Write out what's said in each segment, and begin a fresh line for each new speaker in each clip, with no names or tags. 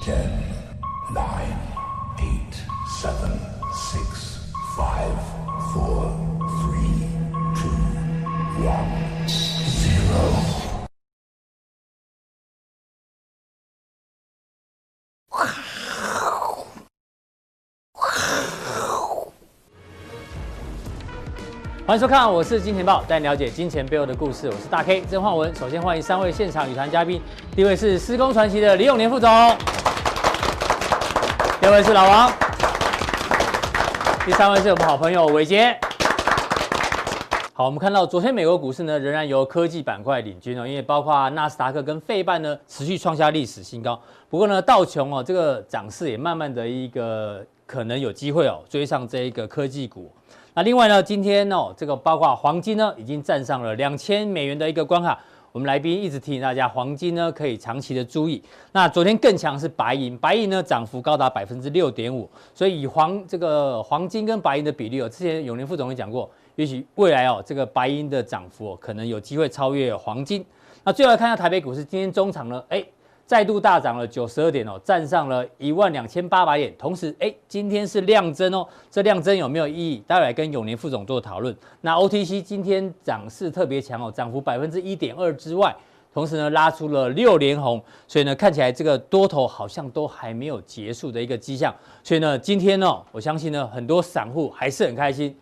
Ten, nine, eight, seven, six, five, four, three, two, one, zero.
欢迎收看，我是金钱豹，带你了解金钱背后的故事。我是大 K 曾焕文。首先欢迎三位现场语坛嘉宾，第一位是施工传奇的李永年副总，第二位是老王，第三位是我们好朋友伟杰。好，我们看到昨天美国股市呢，仍然由科技板块领军哦，因为包括纳斯达克跟费半呢持续创下历史新高。不过呢，道琼哦这个涨势也慢慢的一个可能有机会哦追上这一个科技股。那另外呢，今天哦这个包括黄金呢已经站上了两千美元的一个关卡。我们来宾一直提醒大家，黄金呢可以长期的注意。那昨天更强是白银，白银呢涨幅高达百分之六点五，所以以黄这个黄金跟白银的比例哦，之前永年副总也讲过，也许未来哦这个白银的涨幅哦可能有机会超越黄金。那最后来看一下台北股市，今天中场呢，哎再度大涨了九十二点哦，站上了一万两千八百点。同时，哎，今天是量增哦，这量增有没有意义？待会来跟永年副总做讨论。那 OTC 今天涨势特别强哦，涨幅百分之一点二之外，同时呢拉出了六连红，所以呢看起来这个多头好像都还没有结束的一个迹象。所以呢，今天呢、哦，我相信呢很多散户还是很开心。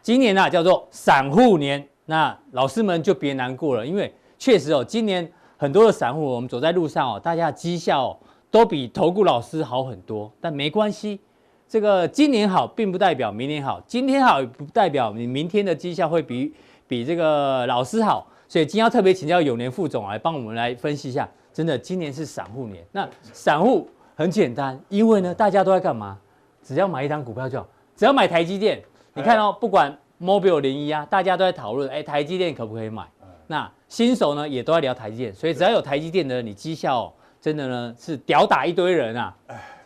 今年啊叫做散户年，那老师们就别难过了，因为确实哦，今年。很多的散户，我们走在路上哦，大家的绩效、哦、都比投顾老师好很多，但没关系，这个今年好并不代表明年好，今天好也不代表你明天的绩效会比比这个老师好，所以今天要特别请教永年副总来啊帮我们来分析一下，真的今年是散户年，那散户很简单，因为呢大家都在干嘛？只要买一张股票就好，只要买台积电，你看哦，不管 Mobile 零一啊，大家都在讨论，哎，台积电可不可以买？那新手呢也都在聊台积电，所以只要有台积电的，你绩效、哦、真的呢是屌打一堆人啊！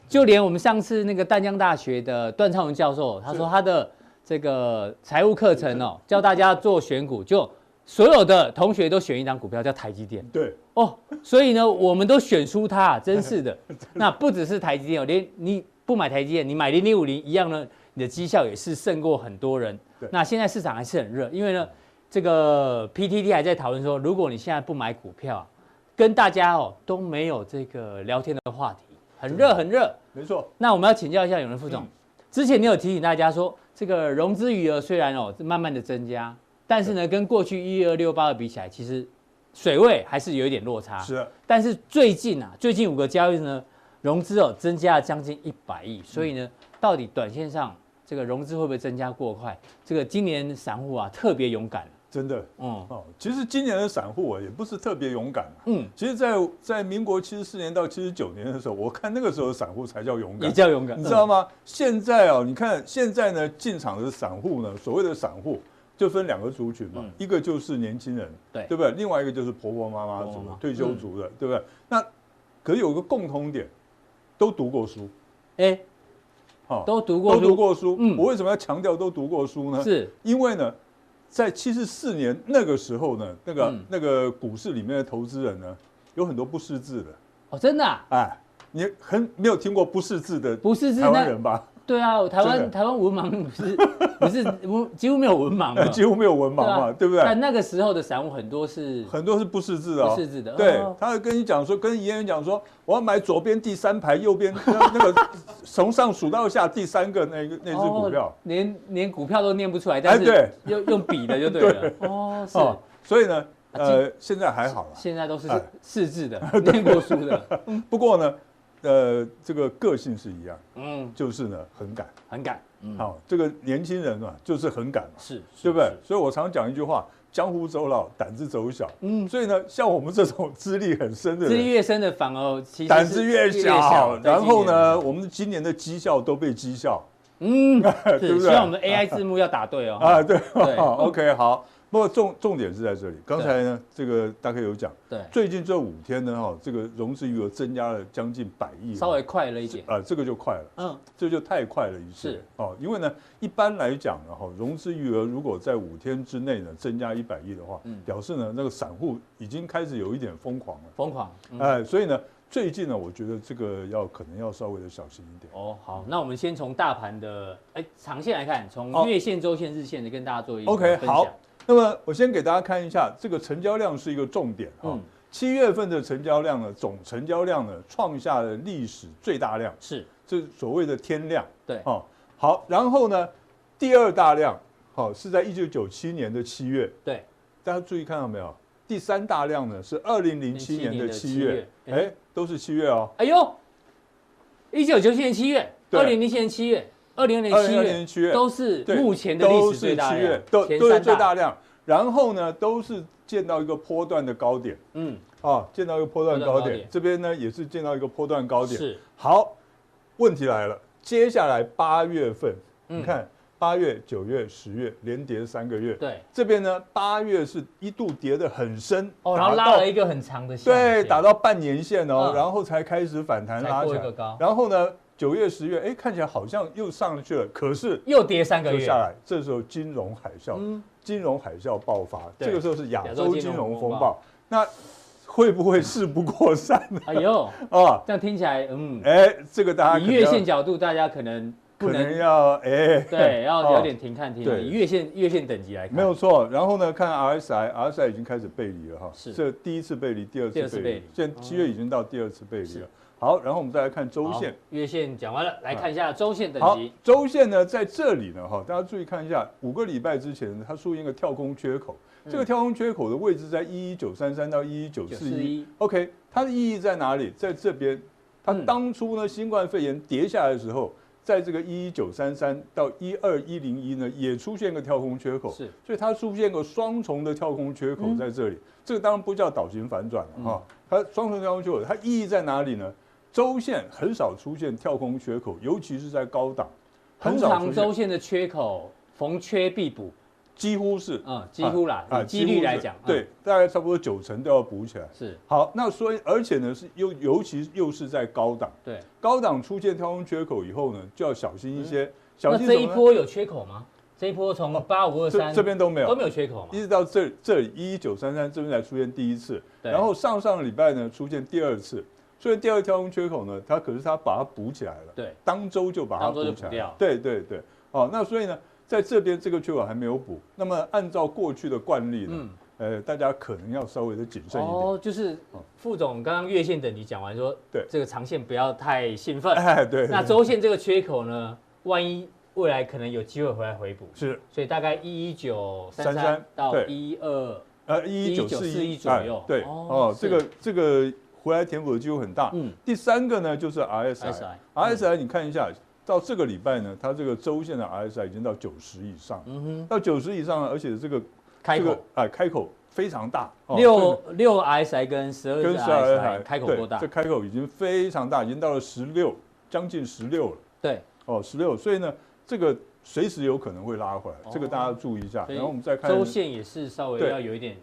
就连我们上次那个淡江大学的段昌文教授，他说他的这个财务课程哦，教大家做选股，就所有的同学都选一张股票叫台积电
对，
哦，所以呢我们都选输他、啊，真是的。那不只是台积电哦，连你不买台积电，你买零零五零一样呢，你的绩效也是胜过很多人
对。
那现在市场还是很热，因为呢。这个 PTT 还在讨论说，如果你现在不买股票、啊，跟大家哦都没有这个聊天的话题，很热很热。
没错，
那我们要请教一下永仁副
嗯
总，之前你有提醒大家说，这个融资余额虽然哦慢慢的增加，但是呢跟过去一二六八二比起来，其实水位还是有一点落差。
是啊的
但是最近啊，最近五个交易日呢，融资哦增加了将近一百
嗯
亿，所以呢，到底短线上这个融资会不会增加过快？这个今年散户啊特别勇敢。
真的
嗯
哦。其实今年的散户啊，也不是特别勇敢、啊。
嗯，
其实在，在民国七十四年到七十九年的时候，我看那个时候的散户才叫勇
也
敢，
叫勇敢，
你知道吗？现在啊，你看现在呢，进场的散户呢，所谓的散户就分两个族群嘛，
嗯
一个就是年轻人，
对
对不对？另外一个就是婆婆妈妈
婆
族
婆妈、嗯
退休族的，对不对？那可是有个共通点，都读过书，
嗯？哎，
哈
都读过
哦都
书
读过书。
嗯
我为什么要强调都读过书呢？
是
因为呢，在七十四年那个时候呢，那个、
嗯
那个股市里面的投资人呢，有很多不识字的，
哦，真的啊，
哎，你很没有听过不识字的
不是是
台湾
那
人吧？
对啊，台
真
湾
的
台湾文盲不是 不是文几乎没有文盲 嘛，
几乎没有文盲
啊
嘛，对不对？
但那个时候的散户很多是
很多是不识字的、哦，
不识字的
对
哦，
他会跟你讲说，跟营业员讲说，我要买左边第三排，右边那 那个从上数到下第三个那个那只股票哎
哦，连连股票都念不出来，但是
对
用用笔的就 对了。哦，
哦
是，
所以呢，
啊今
呃，现在还好了。
现在都是
哎
识 字的，念过书的，
不过呢，呃，这个个性是一样，
嗯，
就是呢很敢。
很敢，嗯，
好、这个年轻人啊，就是很敢嘛，
是，是
对不对？？
是
所以我常讲一句话：江湖走老，胆子走小。
嗯，
所以呢，像我们这种资历很深的
资历
人，
越深的反而其实
胆
是
子越小，
在
然后
今年
呢，我们今年的绩效都被绩效
嗯，
对
是
不
希
对
望我们 AI 字幕要答对哦。
啊，对
对
，OK，好。不过重重点是在这里，刚才呢，这个大概有讲，
对，
最近这五天呢，哈，这个融资余额增加了将近百亿，
稍微快了一点，
啊，这个就快了。
嗯，
这就太快了一些
是
哦，因为呢，一般来讲呢，哈，融资余额如果在五天之内呢增加一百亿的话，
嗯
表示呢那个散户已经开始有一点疯狂了，
疯狂，嗯
哎，所以呢，最近呢，我觉得这个要可能要稍微的小心一点。
哦，好，那我们先从大盘的哎长线来看，从
哦
月线、周线、日线的跟大家做一个
OK，
分享哦
好，，那么我先给大家看一下这个成交量是一个重点啊
嗯。
七月份的成交量呢，总成交量呢创下了历史最大量，
是
这所谓的天量。
对，
哦，好，然后呢，第二大量，好、是在一九九七年的七月，
对，
大家注意看到没有？第三大量呢是二零零七年的七月，
07年的七月
哎、都是七月哦，
哎呦，一九九七年七月，
对
二零零七年七月，二零零七
2020
月
年七月
都是
对，
目前的历
都
史
是
最大
七
量
月，都
前
都是
三
最大，量，然后呢都是见到一个波段的高点
嗯，
啊，见到一个波段
波
高
段高
点，
点
这边呢也是见到一个波段高点，
是
好，问题来了，接下来八月份，
嗯
你看八月、九月、十月连跌三个月，
对，
这边呢，八月是一度跌得很深，
哦，然
打
后拉
到
了一个很长的下影
对，
线
打到半年线哦，
嗯
然后才开始反弹
才
拉起
过一
来
个高，
然后呢，九月、十月，哎，看起来好像又上去了，可是
又跌三个
就
月
下来，这时候金融海啸，
嗯，
金融海啸爆发，
对
这个时候是亚
亚洲
洲
金
金
融
融
风
风
暴
暴，那会不会事不过三 呢？
哎呦，
啊，
这样听起来，嗯，
哎，这个大家
以
可能
月
要
线角度，大家可能不
可能
能
要哎，
对，要 有
哦
点停看停，
对
以月线月线等级来看，
没有错，然后呢，看 RSI，RSI 已经开始背离了哈，
是
这第一次背离，第二
第二次
次
背
背
离哦
离，现在七月已经到第二次背离
是
了。好，然后我们再来看周
好
线，
月线讲完了，来看一下周线等
好
级，，
周线呢在这里呢哈，大家注意看一下，五个礼拜之前它出现一个跳空缺口，这
嗯
个跳空缺口的位置在一一九三三到一一九四
941
一，OK，它的意义在哪里？在这边，它
嗯
当初呢新冠肺炎跌下来的时候。在这个一一九三三到一二一零一呢，也出现一个跳空缺口，
是
所以它出现个双重的跳空缺口
嗯
在这里，这个当然不叫倒型反转了哈。它双重跳空缺口，它意义在哪里呢？周线很少出现跳空缺口，尤其是在高档，
通
很少
常
出
周
现，
线的缺口逢缺必补，
几乎是
嗯，几乎啦，以几
啊几乎
率
是
来讲，嗯
对，，大概差不多九成都要补起来。
是，
好，那所以而且呢是又尤其又是在高档，
对。
高档出现跳空缺口以后呢，就要小心一些，小
嗯那
心
这
什
一
么呢？
波有缺口吗？这一波从八五二
这
三
这边都没有，
都没有缺口嘛
一？直到这这里一九三三这边才出现第一次，
对
然后上上礼拜呢出现第二次，所以第二跳空缺口呢，它可是它把它补起来了，
对，
当周就把它
当周
补
就
起来
补掉
了，对对对，哦，那所以呢，在这边这个缺口还没有补，那么按照过去的惯例呢，
嗯
呃，大家可能要稍微的谨慎一点，
哦，就是副总刚刚月线等级讲完说，
对
这个长线不要太 兴奋。
哎， 对，
那
对
周线这个缺口呢，万一未来可能有机会回来回补，
是
所以大概一一九三三
33
到
对
一二，
呃一九四
1941
一
左右
对，
哦
哦，
是
这个这个回来填补的机会很大，
嗯，
第三个呢就是
RSI
RSI。RSI 你看一下，到这个礼拜呢，它这个周线的 RSI 已经到九十以上，
嗯哼，
到九十以上了，而且这个
开
这
口
个哎开口非常大，哦
六六 RSI 跟十二
这个跟
RSI
RSI
开口
对
多大
这？开口已经非常大，已经到了十六，将近十六了
对，
哦，十六，所以呢，这个随时有可能会拉回来，这个大家注意一下。
哦所以
然后我们再看
周线也是稍微
对
要有一点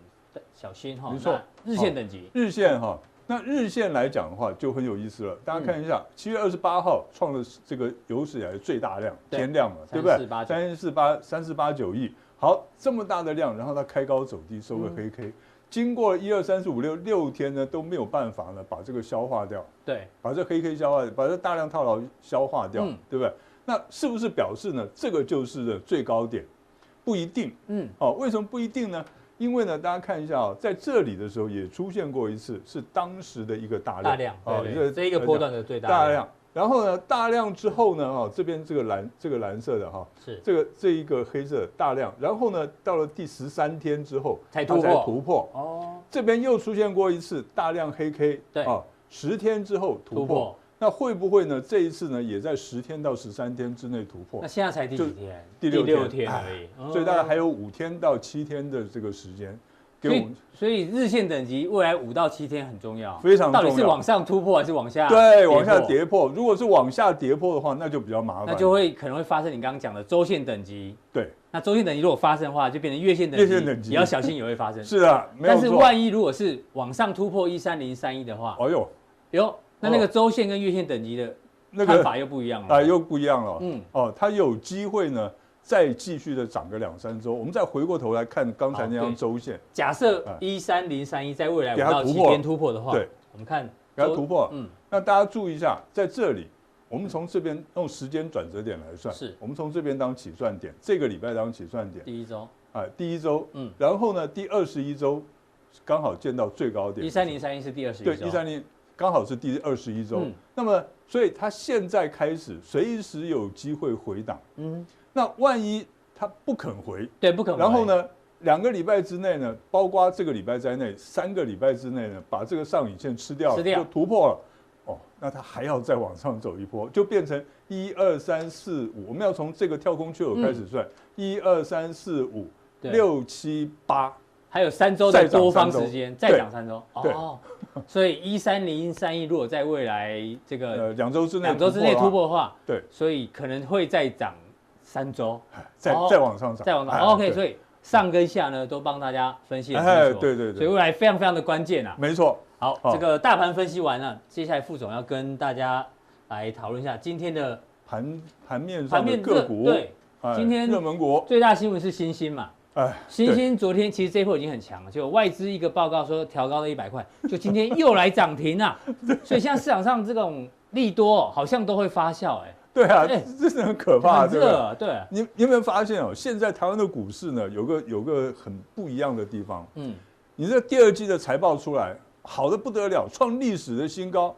小心哈。
没错，哦
日线等级
日线哈。那日线来讲的话，就很有意思了。大家看一下，七月二十八号创了这个有史以来最大量
对
天量了，对不对？
3489
三四八三四八九亿，好，这么大的量，然后它开高走低，收个黑 K，、经过一二三四五六六天呢都没有办法呢把这个消化掉，
对，
把这黑 K 消化，把这大量套牢消化掉，
嗯
对不对？那是不是表示呢这个就是呢最高点？不一定，
嗯，
哦，为什么不一定呢？因为呢，大家看一下啊、在这里的时候也出现过一次，是当时的一个大量，
大量，对
这
对，这一个波段的最大
大量。然后呢，大量之后呢，哦，这边这个蓝这个蓝色的哈、
是
这个这一个黑色的大量，然后呢，到了第十三天之后，
才
它
突破
突破，
哦，
这边又出现过一次大量黑 K，
对
啊，十天之后突
突
破，
破
那会不会呢？这一次呢，也在十天到十三天之内突破
那？现在才第几
就
天？
第六天哎
天而已，嗯
所以大概还有五天到七天的这个时间，给
所
我们
以所以日线等级未来五到七天很重要，
非常
到底
重
是
要
往上突破还是往下？
对，往下。跌破。如果是往下跌破的话，那就比较麻烦，
那就会可能会发生你刚刚讲的周线等级，
对，
那周线等级如果发生的话，就变成月线等级，
月线等级
也要小心也会发生。
是啊，没有
但是
错。
万一如果是往上突破一三零三一的话，
哎呦，
哟，那那个周线跟月线等级的
哦那
看
个
法又不一样了。
啊又不一样了。
嗯
嗯，哦，它有机会呢，再继续的涨个两三周。我们再回过头来看刚才那
哦好对
张周线，
假设
哎
一三零三一在未来五
给它
到
突
七
破
天突破的话，
对
我们看
给它突破。
嗯，
那大家注意一下，在这里，我们从这边用时间转折点来算，
是
我们从这边当起算点，这个礼拜当起算点
第一周
啊，第一周，
嗯
然后呢，第二十一周刚好见到最高点，
一三零三一是第二十一
对，
周，
一三零刚好是第二十一周
嗯，
那么所以它现在开始随时有机会回档，
嗯，
那万一它不肯回，
对，不可能。
然后？呢，两个礼拜之内呢，包括这个礼拜在内，三个礼拜之内呢，把这个上影线吃掉，
吃掉
就突破了。哦，那它还要再往上走一波，就变成一二三四五，我们要从这个跳空缺口开始算，一二三四五
对
六七八，
还有三周的
再涨
多方
三周
时间，再
对
涨三周。
对
哦，所以一三零三一如果在未来这个
呃，两周之内
两周之内
的
突
话，
破的话，
对，
所以可能会再涨三周，
再
哦
再往上涨，
再往
哎
上。OK，哦
对
所以上跟下呢都帮大家分析得很
哎
清楚。
对对对
所以未来非常非常的关键啊。
没错，
好，
好
这个大盘分析完了，接下来副总要跟大家来讨论一下今天的
盘盘面上
盘
的
面
个
热
股，
对，
哎
今天
热门股，
最大新闻是星星嘛，
哎，
星
对
星昨天其实这一波已经很强了，就外资一个报告说调高了一百块，就今天又来涨 停啊，所以现在市场上这种利多哦好像都会发酵、哎，
对啊，
哎
这是很可怕，
很
这个。
热，对，
你你有没有发现哦？现在台湾的股市呢，有个有个很不一样的地方。
嗯，
你这第二季的财报出来，好的不得了，创历史的新高，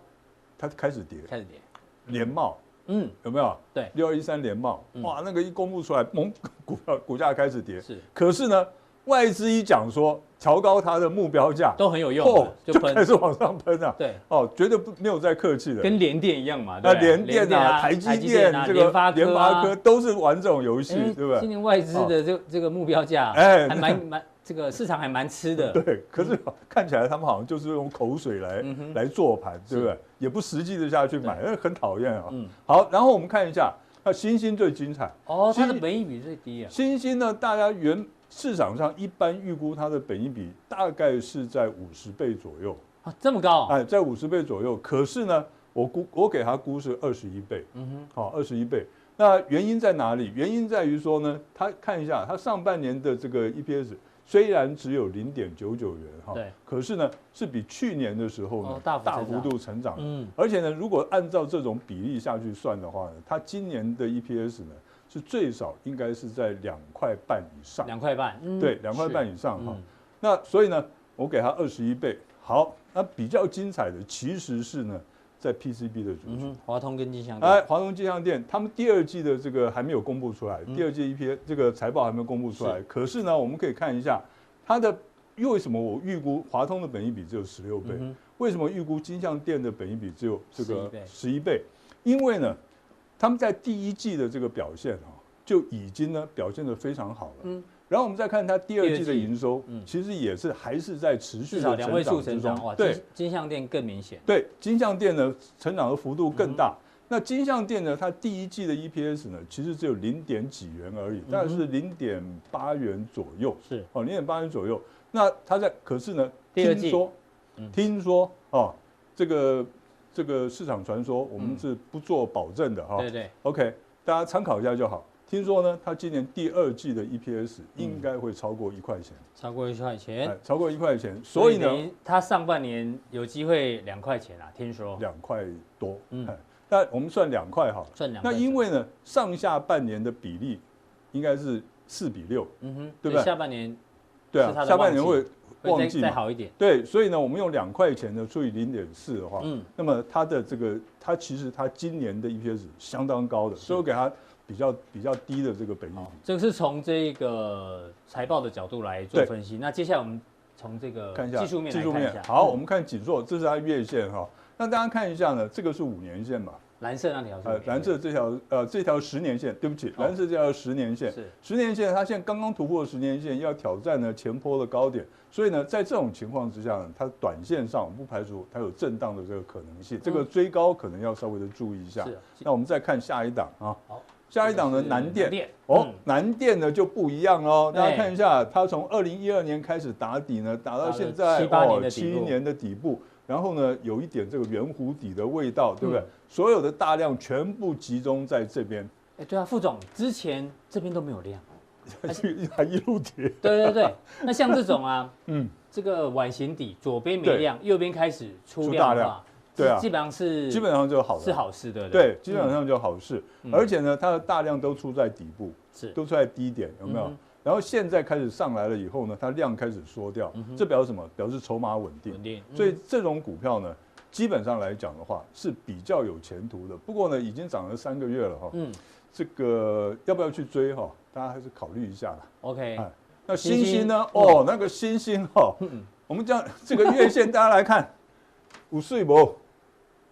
它开始跌。
开始跌，
联茂
嗯，
有没有？
对
六二一三联茂，
嗯
哇，那个一公布出来，猛股票股价开始跌。
是，
可是呢，外资一讲说调高它的目标价，
都很有用
哦
啊，，
就
就
开
喷，
始往上喷啊。
对，
哦，绝对不没有再客气的。
跟联电一样嘛，对
那
不对
联电啊、台积电
啊、
这
联
个
发科、
联发科。都是玩这种游戏，
哎
对不对哦
今？年外资的这这个目标价，
哎
还蛮蛮这个市场还蛮吃的，
对，可是啊看起来他们好像就是用口水来、
嗯哼
来做盘，对不
是
对？也不实际的下去买，那很讨厌啊。
嗯
好，然后我们看一下，那星星最精彩。
哦，它的
其实
本益比最低啊，
星星呢，大家原市场上一般预估它的本益比大概是在五十倍左右，
啊这么高啊，
哎，在五十倍左右。可是呢，我估我给它估是二十一倍，
嗯哼，
好，二十一倍。那原因在哪里？原因在于说呢，它看一下它上半年的这个 EPS 虽然只有零点九九元哈，
对，
可是呢是比去年的时候呢、
哦大幅成长
幅度成长的，
嗯
而且呢如果按照这种比例下去算的话呢，它今年的 EPS 呢是最少应该是在两块半以上，
两块半，嗯
对，两块
是
半以上哈。
嗯
那所以呢，我给它二十一倍。好，那比较精彩的其实是呢在 PCB 的族
嗯
群。
哼，华通跟金相
哎，
店，
华东金像店，他们第二季的这个还没有公布出来，第二季 EPS 这个财报还没有公布出来。
嗯是
可是呢，我们可以看一下它的，因为什么我预估华通的本益比只有十六倍，
嗯哼
为什么预估金像店的本益比只有这
11
个
倍
十一倍？因为呢，他们在第一季的这个表现啊，就已经呢表现得非常好了。
嗯
然后我们再看它第二季
第
的
二季
营收，
嗯
其实也是还是在持续
至少
的
两位
成
数
长
成
之
长，哇，
中。对
金，金相店更明显，
对，金像店呢成长的幅度更大。
嗯
那金像店呢，它第一季的 EPS 呢，其实只有零点几元而
嗯
已，大概是零点八元左右，
是
哦，零点八元左右。那它在，可是呢，
第二
听
季
说
嗯，
听说哦，这个这个市场传说，我们
嗯
是不做保证的哈、哦
对对，
OK，大家参考一下就好。听说呢，它今年第二季的 EPS 应该会超过一块钱，
超过一块钱
哎，，超过一块钱，所以呢，
等于它上半年有机会两块钱啊，听说
两块多，
嗯
嗯，那我们算两块好了。
赚两块
那
钱，
因为呢，上下半年的比例应该是四比六，
嗯哼，
对不对
所以下半年
对
是它
啊，
的
下半年
旺
会
季
旺
会再
季
再
嘛，
好一点，
对，所以呢，我们用两块钱呢除以零点四的话，
嗯
那么它的这个它其实它今年的 EPS 相当高的，所以我给它比较比较低的这个本益
好
比，，
这个是从这个财报的角度来做
对
分析，那接下来我们从这个
看一下
技术面来看一下，
好，我
嗯
们看紧缩，这是它月线哈。那大家看一下呢，这个是五年线嘛，
蓝色那条是
呃，蓝色这条呃这条十年线，对不起，
好
蓝色这条十年线
是，
十年线它现在刚刚突破十年线，要挑战呢前坡的高点，所以呢，在这种情况之下呢，它短线上我们不排除它有震荡的这个可能性，这个追高可能要稍微的注意一下
嗯是。啊
那我们再看下一档啊，
好，
下一档的
这个是
南电，
哦
哦，，南电呢就不一样哦，大
对
家看一下，它从二零一二年开始打底呢，打到现在
哎打了
哦
7-8
七
年的底部
年的底部，然后呢有一点这个圆弧底的味道，对不对
嗯？
所有的大量全部集中在这边，
哎对啊，副总之前这边都没有量。
还 一路跌，
对 对对，那像这种啊，
嗯，
这个碗形底左边没
对
量，右边开始出
出大
量的
量
话，
对啊
基本上是
基本上就好了，
是好事，对不对？
对，基本上就好事。而且呢，它的大量都出在底部，
嗯是
都出在低点，有没有？
嗯哼
然后现在开始上来了以后呢，它量开始缩掉，这表示什么？表示筹码稳定。
嗯稳定嗯
所以这种股票呢，基本上来讲的话是比较有前途的。不过呢，已经涨了三个月了哈，
嗯
这个要不要去追哈？大家还是考虑一下啦。
，OK，
哎，那
星
星星呢？
星嗯
哦，那个星星哈，我们讲这个月线，大家来看，五四五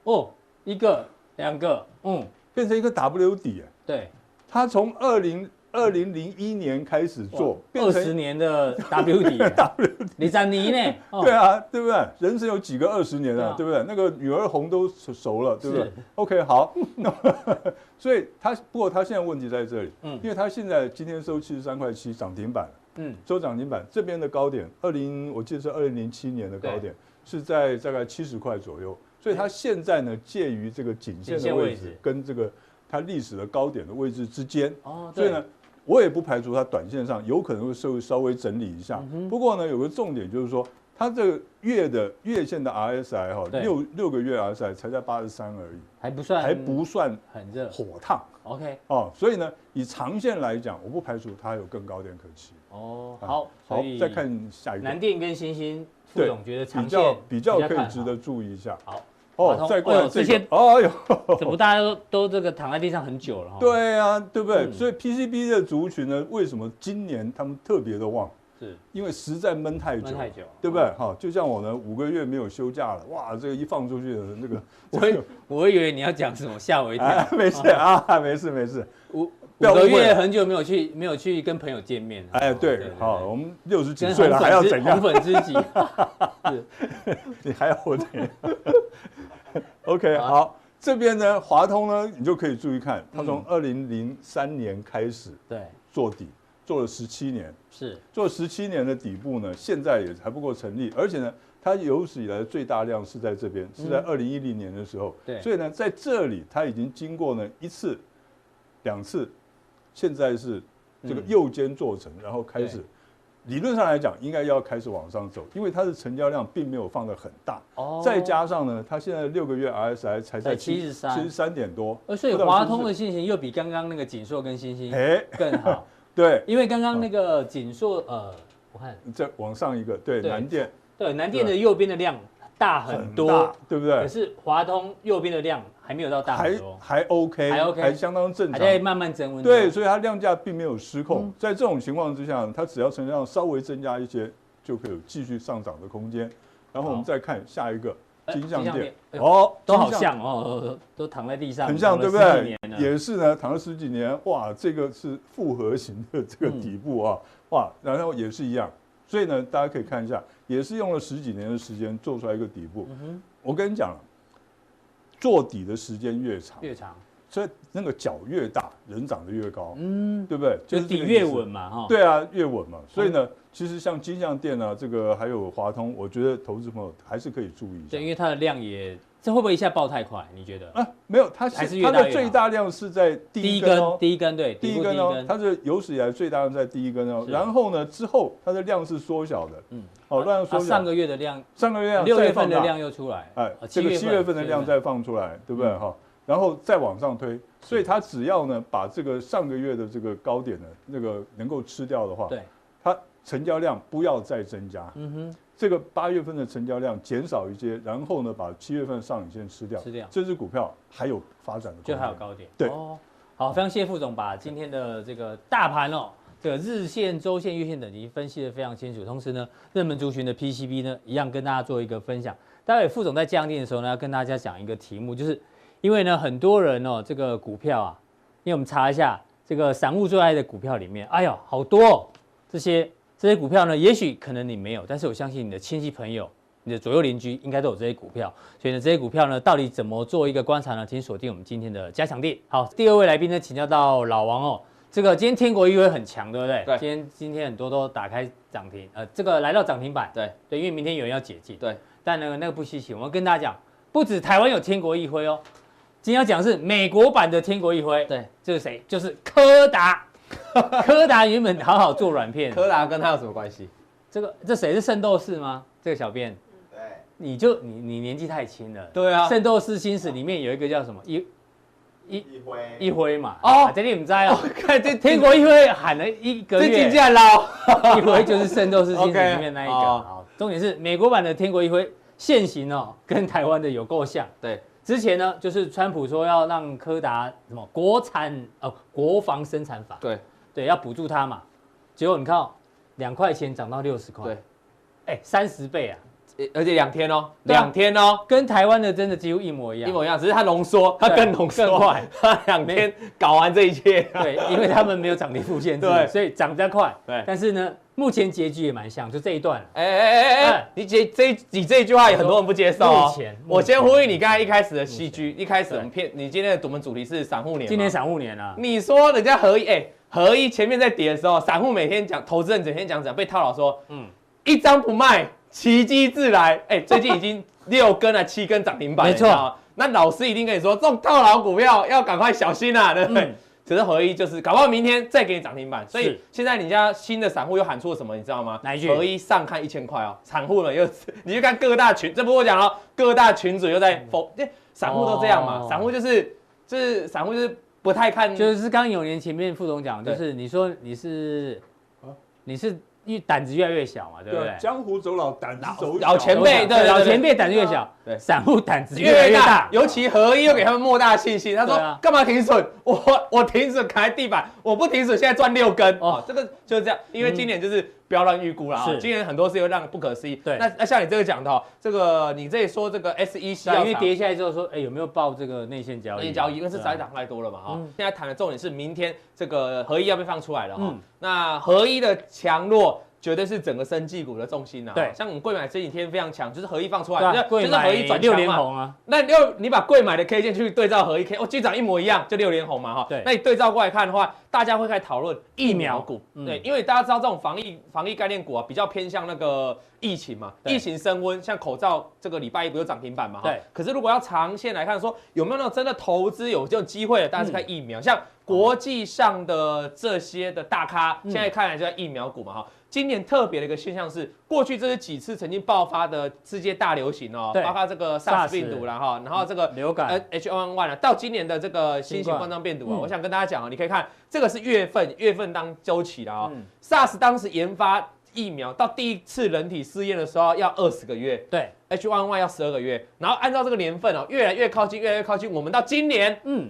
哦，一个两个，嗯，
变成一个 W 底哎。
对，
他从二零二零零一年开始做，变
二十
成
年的 W 底，W 底，你在你呢？哦
对，啊，对不对？人生有几个二十年
对
啊
啊，
对不对？那个女儿红都熟熟了，对不对
是
？OK，好， 那么所以他不过他现在问题在这里，
嗯
因为他现在今天收七十三块七涨停板，
嗯，
收涨停板这边的高点，二零我记得是二零零七年的高
对
点是在大概七十块左右，所以它现在呢介于这个颈线
颈
的
线位
位
置
置跟这个它历史的高点的位置之间，
哦，
所以
对
呢，，我也不排除它短线上有可能会稍微稍微整理一下。
嗯
不过呢，有个重点就是说，它这个月的月线的 RSI 哈、
对
六六个月 RSI 才在八十三而已，
还不算，
还不算
很热
火烫
，OK，
哦。所以呢，以长线来讲，我不排除它有更高点可期。
哦，
啊
好，所
好
以，
再看下一
南
个，
电跟星星副
对
总觉得
比
长
较
线
比较可
看
以
好
值得注意一下。
好，马
哦
桶，
再过
哎呦
来这
这些
个，哦呦，
怎么大家都都这个躺在地上很久了哈？，
对啊，对不对？
嗯
所以 PCB 的族群呢，为什么今年他们特别的旺？
是
因为实在闷太久，
闷太久
对不对？哈、就像我呢，五个月没有休假了，哇，这个一放出去，那 个
我以我以为你要讲什么，吓我一 跳。
哎，没事啊，没事没事，
五五
不要
个
误会
月
了
很久没有去没有去跟朋友见面了。哦
哎，对，好、我们六十几岁了还要怎
红
样？
粉知己，
你还要我怎样 ？OK，好，这边呢，华通呢，你就可以注意看，它从二零零三年开始
对，
做底，做了十七年，
是
做十七年的底部呢，现在也还不够成立，而且呢，它有史以来的最大量是在这边，是在二零一零年的时候。
嗯对
所以呢，在这里它已经经过呢一次、两次，现在是这个
嗯
右肩做成，然后开始
对，
理论上来讲应该要开始往上走，因为它的成交量并没有放得很大，
哦
再加上呢，它现在六个月 RSI 才在
在73
七十三点多，
呃，所以
不知道是不是
华通的信心又比刚刚那个锦硕跟星星
哎，
更好，
对，
因为刚刚那个锦硕呃，我看
再往上一个，对，
对
南电
对南电的右边的量大很多
大，对不对？
可是华通右边的量还没有到大很
还
多，
还 OK，
还 OK
相当正
还在
常。
慢慢增温中。嗯
对，所以它量价并没有失控。在这种情况之下，它只要成交量稍微增加一些，就可以有继续上涨的空间。然后我们
好
再看下一个
哎
金像
金像
店
店，哎
哦，
都好
金像
像哦，都躺在地上，
很像，
躺了
对不
十
对
几年？了
也是呢，躺了十几年，哇，这个是复合型的这个
嗯
底部啊，哇，然后也是一样，所以呢，大家可以看一下，也是用了十几年的时间做出来一个底
嗯
部。我跟你讲了，做底的时间越长，
越长，
所以那个脚越大，人长得越高，嗯，对不对？
就是
这
底
个
越
意思
稳。嘛，嗯哈。
对啊，越稳嘛。所以呢，其实像金像店啊，这个还有华通，我觉得投资朋友还是可以注意一下
对，。因为它的量也，这会不会一下爆太快？你觉得？
啊，没有，它
还是
是
越
它
大
的
越
最
好
大量是在
第
第
一
一根
根，
哦，
第一根，对，
第
底
一
部
根哦，
第一
它是有史以来最大量在第一根哦。
是
然后呢，之后它的量是缩小的，嗯，哦，量缩
啊
小。
上个月的量，
上个月量
六
再
月份
放
的
大
量又出来，
哎
哦，
这个七月份的量
七月
再放出来，对不对哈？然后再往上推，所以它只要呢把这个上个月的这个高点呢，那个能够吃掉的话，
对，
它成交量不要再增加。嗯哼，这个八月份的成交量减少一些，然后呢把七月份上影线吃掉，
吃掉
这只股票还有发展的空
就
间，
还有高点。
对
哦，好，非常谢谢副总把今天的这个大盘哦，这个日线、周线、月线等级分析的非常清楚，同时呢，热门族群的 PCB 呢，一样跟大家做一个分享。待会副总在降定的时候呢，要跟大家讲一个题目，就是因为呢，很多人哦，这个股票啊，因为我们查一下这个散户最爱的股票里面，哎呦，好多、哦、这些这些股票呢，也许可能你没有，但是我相信你的亲戚朋友、你的左右邻居应该都有这些股票。所以呢，这些股票呢，到底怎么做一个观察呢？请锁定我们今天的加强地。好，第二位来宾呢，请教到老王哦。这个今天天国余威很强，对不对？
对
今天今天很多都打开涨停，呃，这个来到涨停板。
对
对，因为明天有人要解禁。
对，
但呢，那个不稀奇。我们跟大家讲，不止台湾有天国一辉哦，今天要讲的是美国版的天国一辉。
对，
这是谁？就是柯达。 柯达原本好好做软片，
柯达跟他有什么关系？
这个这谁是圣斗士吗？这个小编，
对，
你就你你年纪太轻了。
对啊
圣斗士星矢》里面有一个叫什么一
一挥
一辉嘛？
哦
哦，这你们在啊？
看这
天国一辉喊了一个
这竞
月，
价捞，
一辉就是《圣斗士星矢》
OK，
里面那一个。
哦
好，重点是美国版的天国一辉现行哦，跟台湾的有够像。
对，
之前呢，就是川普说要让柯达什么国产哦国防生产法，
对
对，要补助它嘛。结果你看、哦，两块钱涨到六十块，
对，
哎，三十倍啊，
诶而且两天哦，
对啊
两天哦，
跟台湾的真的几乎一模一样。
一模一样，只是它浓缩，它
对
更浓缩，
更快，
它两天搞完这一切。
对，因为他们没有涨跌 幅限制，
对
所以涨得快。
对
但是呢，目前结局也蛮像，就这一段了。
哎哎哎哎哎
哎，
你这这一你这一句话也很多人不接受
目
哦
前。
我先
目前
呼吁你刚才一开始的戏剧，一开始我
对
们片，你今天的我们主题是散户年嘛，
今年散户年啊，
你说人家合一，哎、合一前面在跌的时候，散户每天讲，投资人整天讲讲，被套牢说，嗯
嗯，
一张不卖，奇迹自来。哎、最近已经 六根啊，七根涨停板了，
没错
你知道吗。那老师一定跟你说，这种套牢股票要赶快小心啊，对 不对？
嗯
可是合一就是，搞不好明天再给你涨停板。所以
是
现在你家新的散户又喊出了什么，你知道吗？
哪一句
合一上看一千块哦，散户们又， 你去看各大群，这不是我讲了，各大群主又在否，因为散户都这样嘛，
嗯哦
散户就是就是散户就是不太看，
嗯就是刚刚有年前面副总讲，
对
就是你说你是
啊，
你是越胆子越来越小嘛，对不对？
江湖走老，胆子走
老
小啊
前辈对对对
老前辈胆子越小
对，
散户胆子
越
越
来
来
越
越
大
大，。
尤其合一又给他们莫大信心，他说
对啊
干、嘛停损？我我 停损砍在地板，我不停损现在赚六根哦
哦
这个就是这样，因为今年就是不要乱预估了啊、
是
今年很多事又让人不可思议。
对
那那像你这个讲的、哦，这个你这里说这个 S E
是
西
啊
药
因为
厂
跌下来之后说，哎，有没有报这个内线交易啊？
内交易，因为是
对啊
早一档太多了嘛哈、
嗯
现在谈的重点是明天这个合一要被放出来了哈、哦
嗯
那合一的强弱。绝对是整个生技股的重心呐、啊！
对
像我们贵买这几天非常强，就是合一放出来，
对啊，
就
贵
是就是合
买
一转
六
强
连
嘛
红啊，
那六，你把贵买的 K 线去对照合一 K，哦，基本上一模一样，就六连红嘛哈。
对
那你对照过来看的话，大家会开始讨论疫苗股，
嗯
对，因为大家知道这种防疫防疫概念股啊，比较偏向那个疫情嘛，
对
疫情升温，像口罩这个礼拜一不就涨停板嘛哈。
对。
可是如果要长线来看说有没有那种真的投资有这种机会的，大家是看疫
嗯
苗，像国际上的这些的大咖，
嗯
现在看来就在疫苗股嘛哈。今年特别的一个现象是，过去这是几次曾经爆发的世界大流行哦，
对
包括这个 SARS
SARS
病毒啦哈，然后这个
流
呃
感
H1N1 啊，到今年的这个新型冠状病毒啊，
嗯
我想跟大家讲啊，你可以看这个是月份，月份当周期的啊、
嗯
SARS 当时研发疫苗到第一次人体试验的时候要二十个月
对，
，H1N1 要十二个月，然后按照这个年份哦、越来越靠近，越来越靠近，我们到今年
嗯，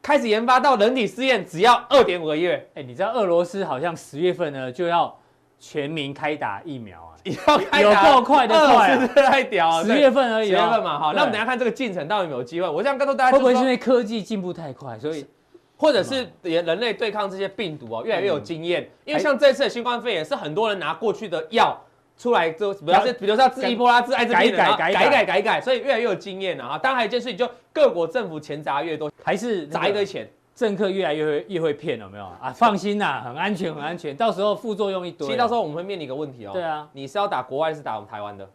开始研发到人体试验只要二点五个月，
哎，你知道俄罗斯好像十月份呢就要全民开打疫苗啊，
也要开
有
打
够快的快啊
二十太屌了，
十月份而
十
已
月
哦，
份嘛哈，那我们等一
对
下看这个进程到底有没有机会，我想告诉大家
会不
就
会
是说
是因为科技进步太快，所以
或者是人人类对抗这些病毒哦，
嗯
越来越有经
哎
验。因为像这次的新冠肺炎，是很多人拿过去的药出来之后，比如是比如说治伊波拉、治艾滋病的，
改
然后
改
改
改
改改改，所以越来越有经验了啊。当然还有一件事情，就各国政府钱砸越多，
还是
砸一堆钱。
政客越来越会越会骗，有没有啊？放心啦，很安全，很安全，到时候副作用一堆啊。
其实到时候我们会面临一个问题哦，
对啊，
你是要打国外还是打我们台湾的？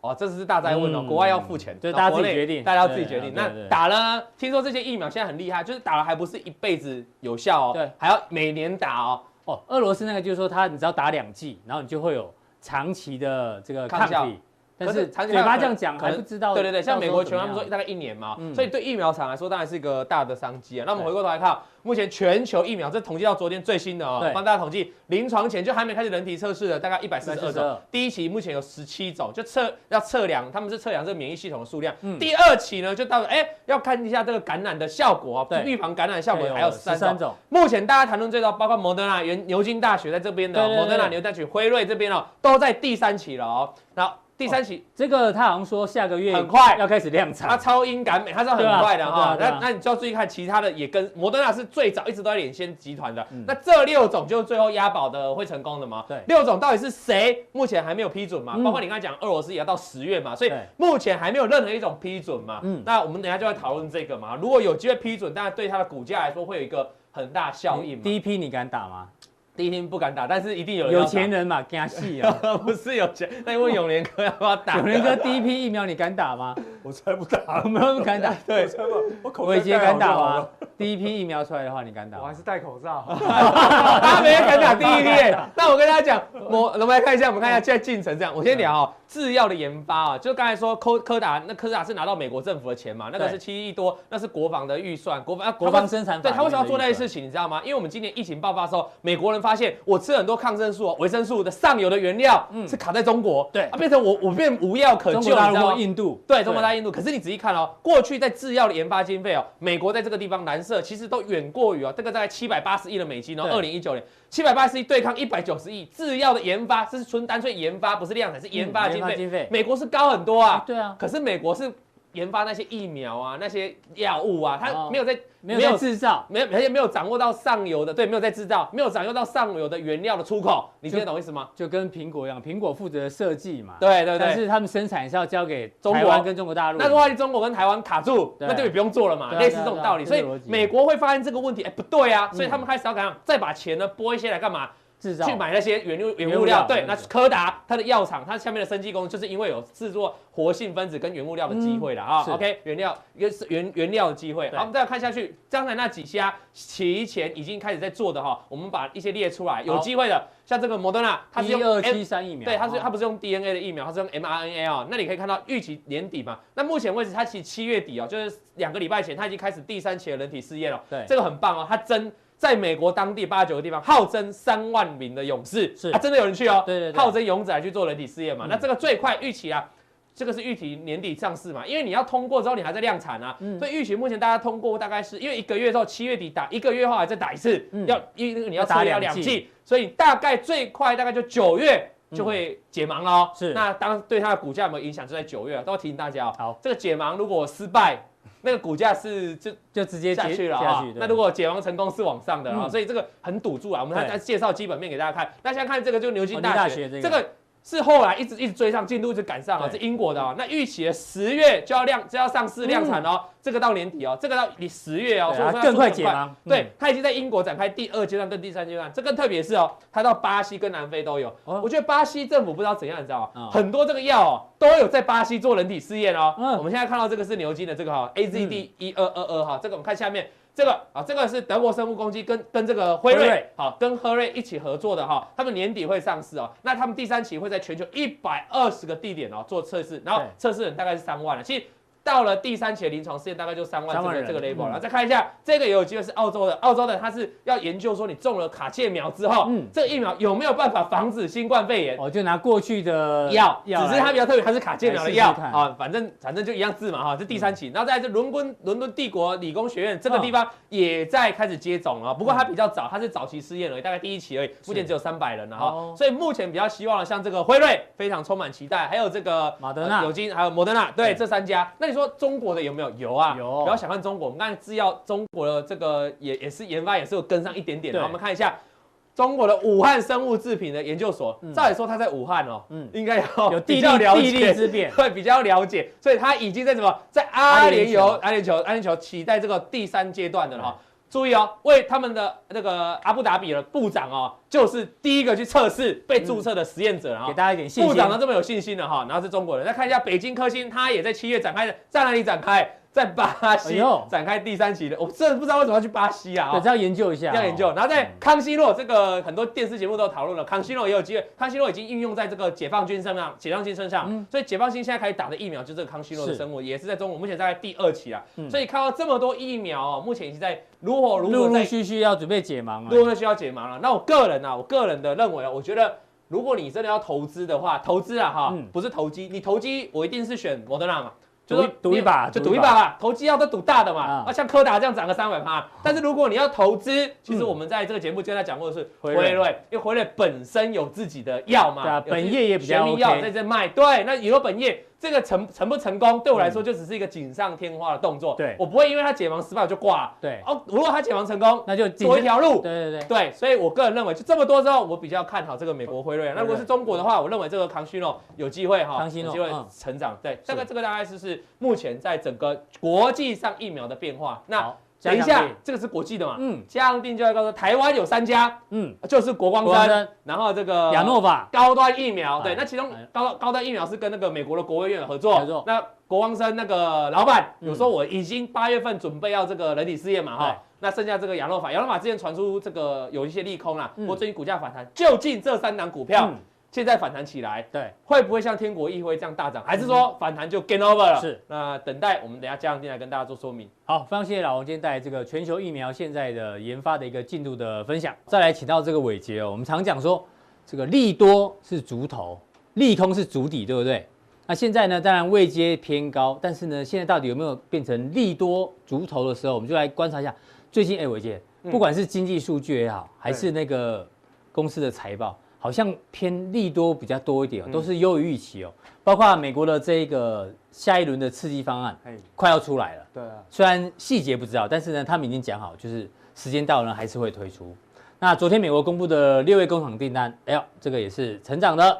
哦，这是大灾问哦，
嗯
国外要付钱，
对
那
大家自己
国内
决定
大家要自己决定。
对
那
对对
打了，听说这些疫苗现在很厉害，就是打了还不是一辈子有效哦，
对
还要每年打哦。
哦，俄罗斯那个就是说他，你只要打两剂，然后你就会有长期的这个
抗
抗
效
体。但
可
是
是长期
嘴
抗
巴
体
这样讲
可能
还不知道。
对对对，像美国全
全
他们说大概一年嘛，
嗯
所以对疫苗厂来说当然是一个大的商机啊。那我们
对
回过头来看，目前全球疫苗，这统计到昨天最新的哦，
对
帮大家统计，临床前就还没开始人体测试的，大概一百四十二种
142。
第一期目前有十七种，就测要测量，他们是测量这个免疫系统的数量。
嗯
第二期呢，就到了哎要看一下这个感染的效果啊，
对
预防感染的效果，还有三
哎十
种
三。种，
目前大家谈论最多，包括摩德纳、原牛津大学在这边的哦，
对对
摩
对
德纳、牛津大学、辉瑞这边哦，都在第三期了哦。然后第三期
这个他好像说下个月
很快
要开始量
它
产。
超英赶美，它是很
对啊
快的哈、
对啊对
那
啊
那你就要注意看其他的，也跟摩登纳是最早一直都在领先集团的。那这六种就是最后押宝的会成功的吗？
嗯对
六种到底是谁？目前还没有批准嘛？
嗯
包括你刚才讲俄罗斯也要到十月嘛，所以
对
目前还没有任何一种批准嘛。
嗯
那我们等一下就要讨论这个嘛。如果有机会批准，当然对它的股价来说会有一个很大效应嘛。
第一批你敢打吗？
第一天不敢打，但是一定有人要
有
打
钱。人嘛，惊戏啊！
不是有钱，那你问永年哥要不要打？
永仁哥第一批疫苗你敢打吗？
我才不打，
我们不敢打。
对，我才不，我口
伟
袋盖
杰
好
敢
就
打
好
吗
了。？
第一批疫苗出来的话，你敢打
我
吗？
还是戴口罩。
大家没人敢打第一批耶。那我跟大家讲，我我们来看一下，我们看一下现在进程这样。我先聊
嗯
哦，制药的研发啊，就刚才说科科达，那科达是拿到美国政府的钱嘛，那个是七亿多，那是国防的预算，国防啊
国防生产法
对他为什么要做那些
里面的
事情，你知道吗？因为我们今年疫情爆发的时候，美国人发现我吃很多抗生素、哦、维生素的上游的原料，
嗯
是卡在中国，
对
啊，变成我我变无药可救，
中
你
国
知
大
道
陆或
吗？
印度，
对中国大陆、印度。可是你仔细看哦，过去在制药的研发经费哦，美国在这个地方蓝色其实都远过于哦，这个大概七百八十亿的美金哦，
对
二零一九年七百八十亿对抗一百九十亿制药的研发，这是纯单纯研发，不是量产，是研发
嗯
经费。
经费，
美国是高很多啊，
对啊，
可是美国是研发那些疫苗啊、那些药物啊，
哦
它没有在、
没有在制造，
没有而且没有掌握到上游的，对，没有在制造，没有掌握到上游的原料的出口，你听得懂意思吗？
就跟苹果一样，苹果负责设计嘛，
对对对。
但是他们生产是要交给
中国
台湾跟中国大陆，
那如果中国跟台湾卡住，
对
那就也不用做了嘛，
对啊
类似这种道理。
对
所
啊对啊
以
这个逻辑
美国会发现这个问题，哎，不对啊，所以
嗯
他们开始要怎样，再把钱呢拨一些来干嘛？
制造
去买那些原物
原
原
物
物
料嗯
料。对，
对
那
对
柯达它的药厂，它下面的生技工就是因为有制作活性分子跟原物料的机会了啊
嗯。是
OK，原料原原原料的机会。好，我们再看下去，刚才那几家提前已经开始在做的哈，我们把一些列出来，有
好
机会的，像这个摩登纳，它是
一
用
二
M-
七三疫苗，
对，它是
哦
它不是用 DNA 的疫苗，它是用 mRNA 哦。那你可以看到，预期年底嘛，那目前为止，它其实七月底哦，就是两个礼拜前，它已经开始第三期的人体试验了。
对
这个很棒哦，它征在美国当地八九个地方号征三万名的勇士，
是
啊，真的有人去哦，
对对对
号征勇者来去做人体试验嘛。
嗯
那这个最快预期啊。这个是预期年底上市嘛，因为你要通过之后，你还在量产啊，
嗯
所以预期目前大家通过大概是因为一个月之后，七月底打，一个月后还再打一次，
嗯
要因为你要
要打
打要
两
两
剂
剂，所以大概最快大概就九月就会解盲喽、
嗯是
那当然对它的股价有没有影响，就在九月啊，都要提醒大家哦。
好，
这个解盲如果失败，那个股价是就
就直接
下
接
去了
下
啊、
去对
那如果解盲成功是往上的啊、
嗯
所以这个很赌注啊。我们
对
来介绍基本面给大家看。那现在看这个就是牛津
哦牛
大
津
学，
大学这
这
个
个是后来一直一直追上进度，一直赶上啊，
对
是英国的啊。那预期十月就要量就要上市量产哦、这个到年底哦，这个到你十月
嗯
哦，
对
所以
啊
说它
更快
速度
解盲，嗯
对，，它已经在英国展开第二阶段跟第三阶段，这更特别是哦，它到巴西跟南非都有。
哦
我觉得巴西政府不知道怎样，你知道
嗯
吗？很多这个药哦都有在巴西做人体试验哦。
嗯
我们现在看到这个是牛津的这个哈 AZD 一 E 二二二哈，这个我们看下面。这个啊，这个是德国生物攻击跟跟这个辉
辉
瑞
瑞
好，跟辉瑞一起合作的哈，他们年底会上市哦。那他们第三期会在全球一百二十个地点哦做测试，然后
对
测试人大概是三万了。其实到了第三期的临床试验大概就三万
3
这
万
个
人
这个 level
嗯
了。然后再看一下，这个也有机会是澳洲的，澳洲的它是要研究说你中了卡介苗之后，
嗯
这个疫苗有没有办法防止新冠肺炎？
哦，就拿过去的
药，
呃药来，
只是它比较特别，它是卡介苗的药
来试试看嗯
啊，反正反正就一样字嘛哈，这第三期，然后再来是伦敦伦敦帝国理工学院这个地方也在开始接种
嗯
了，不过它比较早，它是早期试验而已，大概第一期而已，目前只有三百人了
哦
哈，所以目前比较希望的像这个辉瑞非常充满期待，还有这个
马德纳
有金，还有摩德纳，对
对
这三家，那你说中国的有没有？有啊，
有
不要小看中国，我们看制药中国的这个也也是研发也是有跟上一点点的，
对
我们看一下。中国的武汉生物制品的研究所，
嗯
照理说它在武汉哦，
嗯
应该要
有
比
地
较
利
了
地利
解，
之便，
会比较了解，所以他已经在什么，在阿联酋、阿联酋、阿联酋期待这个第三阶段的了
嗯
哈。注意哦，为他们的那个阿布达比的部长哦，就是第一个去测试被注册的实验者啊、
给
哦。
大家一点信心。
部长都这么有信心了哈，然后是中国人。再看一下北京科兴，他也在七月展开的，在哪里展开？在巴
哎
西
呦
展开第三期的。我真的不知道为什么要去巴西啊、
对，
哦
这要研究一下，哦
要研究。然后在康熙诺这个很多电视节目都讨论了，康熙诺也有机会，康熙诺已经运用在这个解放军身上，解放军身上，
嗯
所以解放军现在开始打的疫苗就是这个康熙诺的
是
生物，也是在中国目前大概第二期啊，
嗯
所以看到这么多疫苗哦，目前已经在如火如
陆
荼
陆
在
续续要准备解盲
陆
了。
陆续要解盲了。那我个人啊，我个人的认为啊，我觉得如果你真的要投资的话，投资啊哈，
嗯
不是投机，你投机我一定是选摩德纳嘛。
赌
说
赌一把
就
赌一
赌一把吧。投机要都赌大的嘛，
啊哦
啊，像柯达这样涨个三百趴。但是如果你要投资，其实我们在这个节目就跟大家讲过的是
嗯辉
辉
瑞
瑞，因为辉瑞本身有自己的药嘛，
对啊
有自己
本业也比较
学名药
OK
在这卖。对，那有了本业，这个成成不成功，对我来说就只是一个锦上添花的动作。
嗯对
我不会因为他解盲失败我就挂了。
对，
哦，如果他解盲成功，
那就谨
多一
慎。
条路
对。对对，
对，所以我个人认为就这么多之后，我比较看好这个美国辉瑞。啊那如果是中国的话，我认为这个康熙诺有机会哈，
康熙
有
诺
机会
嗯
成长。对，这个这个大概就是目前在整个国际上疫苗的变化。那
好
等一
嘉
下
强定，
这个是国际的嘛？嗯
嗯，
嘉阳定就要告诉台湾有三家，
嗯，
就是国光
国光
山
山，
然后这个
亚诺法
高端疫苗，对，
哎
那其中
哎
高高端疫苗是跟那个美国的国卫院有合作，
合作
那国光生那个老板
嗯
有说我已经八月份准备要这个人体试验嘛
哎
哈，那剩下这个亚诺法，亚诺法之前传出这个有一些利空啦，
嗯
不过最近股价反弹，究竟这三档股票
嗯
现在反弹起来，
对，
会不会像天国议会这样大涨，还是说反弹就 game over
嗯
了？
是，
那等待我们等一下嘉阳进来跟大家做说明。
好，非常谢谢老王今天带来这个全球疫苗现在的研发的一个进度的分享。再来请到这个伟杰哦，我们常讲说这个利多是足头，利空是足底，对不对？那现在呢，当然位阶偏高，但是呢，现在到底有没有变成利多足头的时候，我们就来观察一下最近哎，伟杰，
嗯
不管是经济数据也好，还是那个公司的财报，好像偏利多比较多一点、哦，都是优于预期哦。包括美国的这个下一轮的刺激方案
哎，
快要出来了。
对啊，
虽然细节不知道，但是呢，他们已经讲好，就是时间到了还是会推出。那昨天美国公布的六月工厂订单，哎呦，这个也是成长的。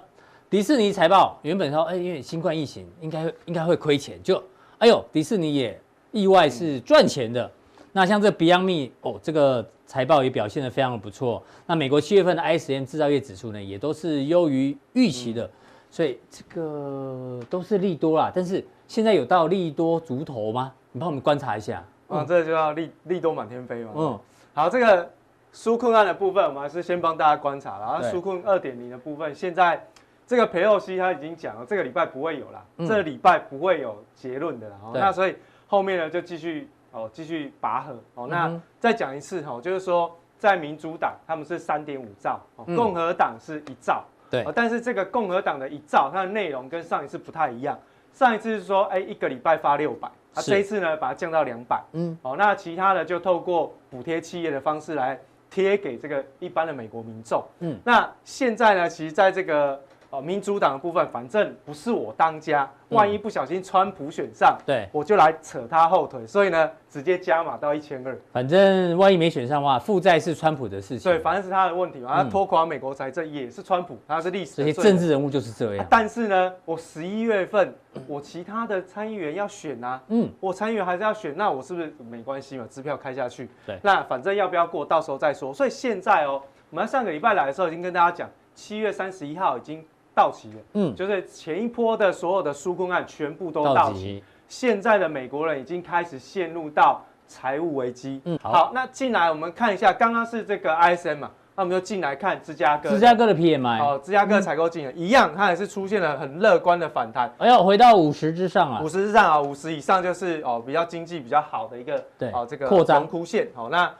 迪士尼财报原本说，哎，因为新冠疫情应该会应该会亏钱，就哎呦，迪士尼也意外是赚钱的。那像这 Beyond Me 哦，这个财报也表现得非常的不错。那美国七月份的 ISM 制造业指数呢，也都是优于预期的，所以这个都是利多啦。但是现在有到利多足头吗？你帮我们观察一下。
啊，这就要利利多满天飞嘛。
嗯，
好，这个纾困案的部分，我们还是先帮大家观察啦。然后
对
纾困二点零的部分，现在这个佩洛西他已经讲了，这个礼拜不会有啦，
嗯
这个礼拜不会有结论的啦。哦
对
那所以后面呢就继续哦继续拔河。哦，那、
嗯哼
再讲一次哈、哦，就是说在民主党他们是三点五兆、哦
嗯
共和党是一兆。
对
哦，但是这个共和党的一兆，它的内容跟上一次不太一样。上一次是说，哎，一个礼拜发六百，啊，
是
这一次呢把它降到两百。
嗯，
哦，那其他的就透过补贴企业的方式来贴给这个一般的美国民众。
嗯
嗯，那现在呢，其实在这个呃民主党的部分，反正不是我当家，
嗯
万一不小心川普选上，
对，
我就来扯他后腿，所以呢，直接加码到一千二。
反正万一没选上的话，负债是川普的事情。
对，反正是他的问题嘛，他
嗯
拖垮美国财政也是川普，他是历史
这
的
些
罪人啊
政治人物就是这样。
但是呢，我十一月份我其他的参议员要选啊，
嗯，
我参与还是要选，那我是不是没关系嘛？支票开下去，
对
那反正要不要过，到时候再说。所以现在哦，我们上个礼拜来的时候已经跟大家讲，七月三十一号已经到期了，
嗯，
就是前一波的所有的纾困案全部都
到
到期。
期。
现在的美国人已经开始陷入到财务危机。
嗯好
好，那进来我们看一下，刚刚是这个 ISM 嘛，那我们就进来看芝加哥的。
芝加哥的 PMI，
哦，芝加哥采购经理一样，它也是出现了很乐观的反弹。
哎呦，回到五十之上
五
了。
十以上啊，五十以上就是哦比较经济比较好的一个
对
哦这个
扩张
荣枯线。好、那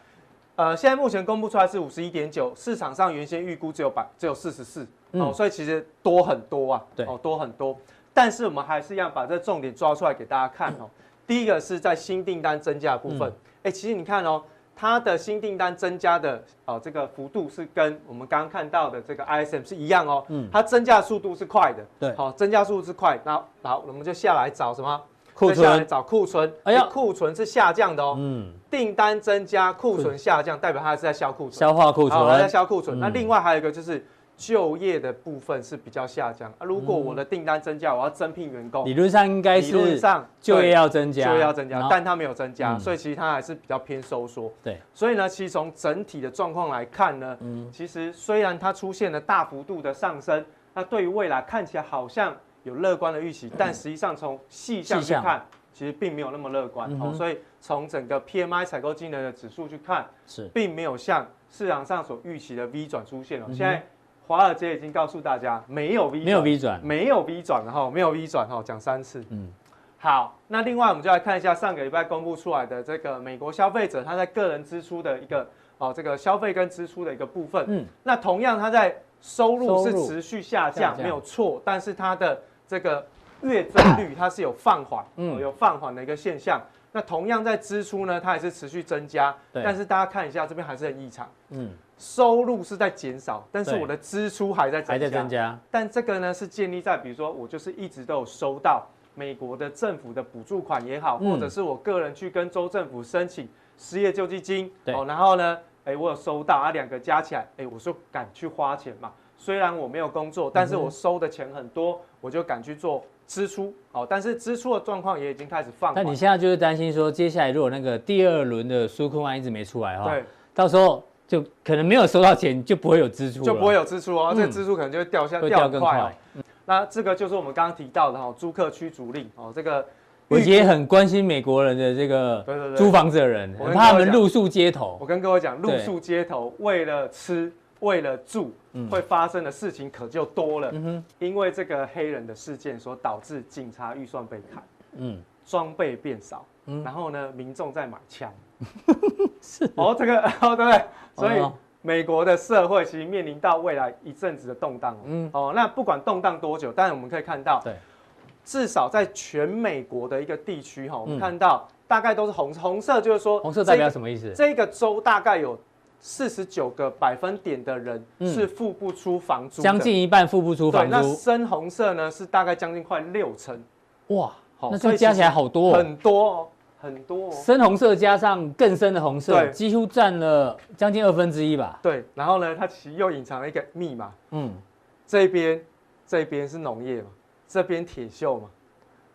呃现在目前公布出来是五十一点九，市场上原先预估只有百只有四十四哦，
嗯
所以其实多很多啊，
对
哦多很多。但是我们还是一样把这重点抓出来给大家看哦。第一个是在新订单增加的部分，
嗯
哎、其实你看哦，它的新订单增加的哦这个幅度是跟我们刚刚看到的这个 ISM 是一样哦，
嗯
它增加的速度是快的，
对
好、增加速度是快，那好，我们就下来找什么？
库
再下来
存。
找库存，
哎
哎
呀
呀，库存是下降的哦，
嗯，
订单增加，库存下降，代表它是在消库存，
消化库
好它在
存。
消库存。
嗯
那另外还有一个就是就业的部分是比较下降，
嗯
啊如果我的订单增加，我要增聘员工
理，论上应该
理论
是
上
就业
对
要增加，
就业要增加
然，后
但它没有增加，
嗯
所以其实它还是比较偏收缩。
对，
所以呢，其实从整体的状况来看呢，
嗯
其实虽然它出现了大幅度的上升，那对于未来看起来好像有乐观的预期，但实际上从细项
嗯细
去
项
看，其实并没有那么乐观、
嗯
哦。
哼
所以从整个 PMI 采购经理人的指数去看，
是
并没有像市场上所预期的 V 转出现了、哦现在华尔街已经告诉大家，没有 V，
嗯没有
转
V 转。
没有 V 转，然后没有 V 转，哈，讲三次。
嗯
嗯，好，那另外我们就来看一下上个礼拜公布出来的这个美国消费者他在个人支出的一个哦，这个消费跟支出的一个部分。
嗯
嗯，那同样它在收入
收
是
入
持续下
下
降，
降
没有错，但是它的这个月增率它是有放缓，
嗯
嗯，有放缓的一个现象。那同样在支出呢，它也是持续增加，
对
但是大家看一下这边还是很异常，
嗯，
收入是在减少，但是
对
我的支出还在
还在增加。
但这个呢是建立在比如说我就是一直都有收到美国的政府的补助款也好，
嗯
或者是我个人去跟州政府申请失业救济金，
对
然后呢，哎，我有收到啊，两个加起来，哎，我就
嗯
敢去花钱嘛。虽然我没有工作，但是我收的钱很多，我就敢去做支出，哦，但是支出的状况也已经开始放
但
缓。
你现在就是担心说，接下来如果那个第二轮的纾困案一直没出来哈，
对，
到时候就可能没有收到钱，就不会有支出了，
就不会有支出哦，
嗯
这个支出可能就会掉下
会
掉
掉
很
更
快哦
快。。嗯
那这个就是我们刚刚提到的哦哈，租客驱逐令哦，这个
我也很关心美国人的这个
对对对
租房子的人，
我
很
跟
怕他
各位
们
讲
露宿街头
我。跟各位讲，露
对嗯
宿街头为了吃，为了住，会发生的事情可就多了。因为这个黑人的事件所导致警察预算被砍，
嗯，
装备变少，然后呢，民众在买 枪。是哦，这个 哦，对不对？所以
哦
美国的社会其实面临到未来一阵子的动荡。嗯
嗯，
哦，那不管动荡多久，但我们可以看到，
对，
至少在全美国的一个地区哈，我
嗯
们看到大概都是红红色，就是说
红色代
这
表
个
什么意思？
这个州大概有四十九个百分点的人是付不出房租的，
嗯将近一半付不出
对。
房
那
租，
深红色呢是大概将近快六成，
哇，
好
那
哦所
这
以
加
其
起
实
来好多哦。
很多哦，很多哦。
深红色加上更深的红色，
对
几乎占了将近二分之一吧。
对，然后呢，它其实又隐藏了一个密码，
嗯，
这边这边是农业嘛，这边铁锈嘛，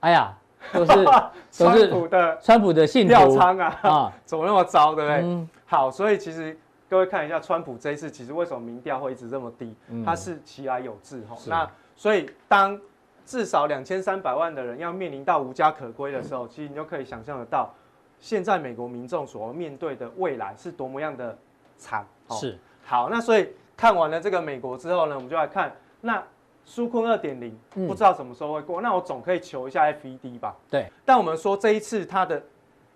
哎呀，都是都
川普
是
的
川普的 信
料
徒
仓啊，
啊。
怎么那么糟， 对不对？
嗯
好，所以其实各位看一下，川普这一次其实为什么民调会一直这么低？他是其来有志哈。那所以当至少两千三百万的人要面临到无家可归的时候，其实你就可以想象得到，现在美国民众所面对的未来是多么样的惨。哦
是。
好，那所以看完了这个美国之后呢，我们就来看那纾困二点零，
嗯
不知道什么时候会过，那我总可以求一下 FED 吧。
对，
但我们说这一次它的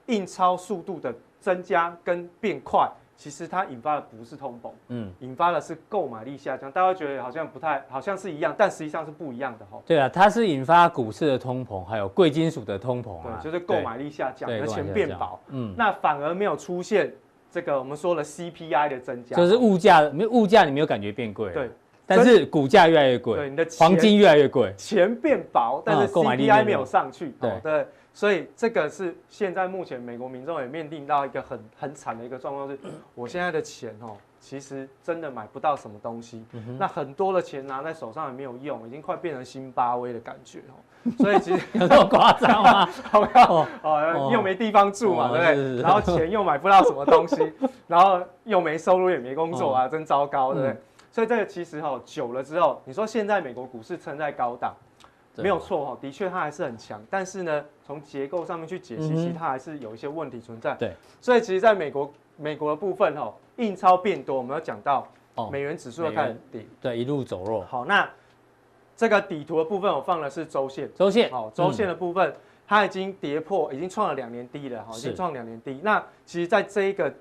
印钞速度的增加跟变快，其实它引发的不是通膨，
嗯，
引发的是购买力下降。大家会觉得好像不太，好像是一样，但实际上是不一样的哈。
对啊，它是引发股市的通膨，还有贵金属的通膨啊，
对，就是购买力下降，
对
而
购买力
钱
下
变
降
薄，
嗯，
那反而没有出现这个我们说的 CPI 的增加，
就是物价，没有物价你没有感觉变贵，
对，
但是股价越来越贵，
对你的钱
黄金越来越贵，
钱变薄，但是
嗯购买力
CPI
变
没有
弱
上去，
对
哦对，所以这个是现在目前美国民众也面临到一个很很惨的一个 状况，是我现在的钱哦，其实真的买不到什么东西，
嗯
那很多的钱拿在手上也没有用，已经快变成辛巴威的感觉哦，所以其实
有这么夸张吗？
好不好？
哦
哦，又没地方住嘛，
哦
对不对？
是是是
然后钱又买不到什么东西， 然后又没收入，也没工作
嗯
啊，真糟糕，对不对？所以这个其实哦，久了之后，你说现在美国股市撑在高档，
对
没有错哦，的确它还是很强，但是呢，从结构上面去解
嗯
析，
哼
其实它还是有一些问题存在。
对，
所以其实在美国美国的部分哦，印钞变多，我们有讲到
哦
美元指数要开始跌。
对，一路走弱，
好，那这个底图的部分我放的是周线。
周线，嗯
好，周线的部分、它已经跌破，已经创了两年低了，哈，已
是
经创两年低。那其实在这一个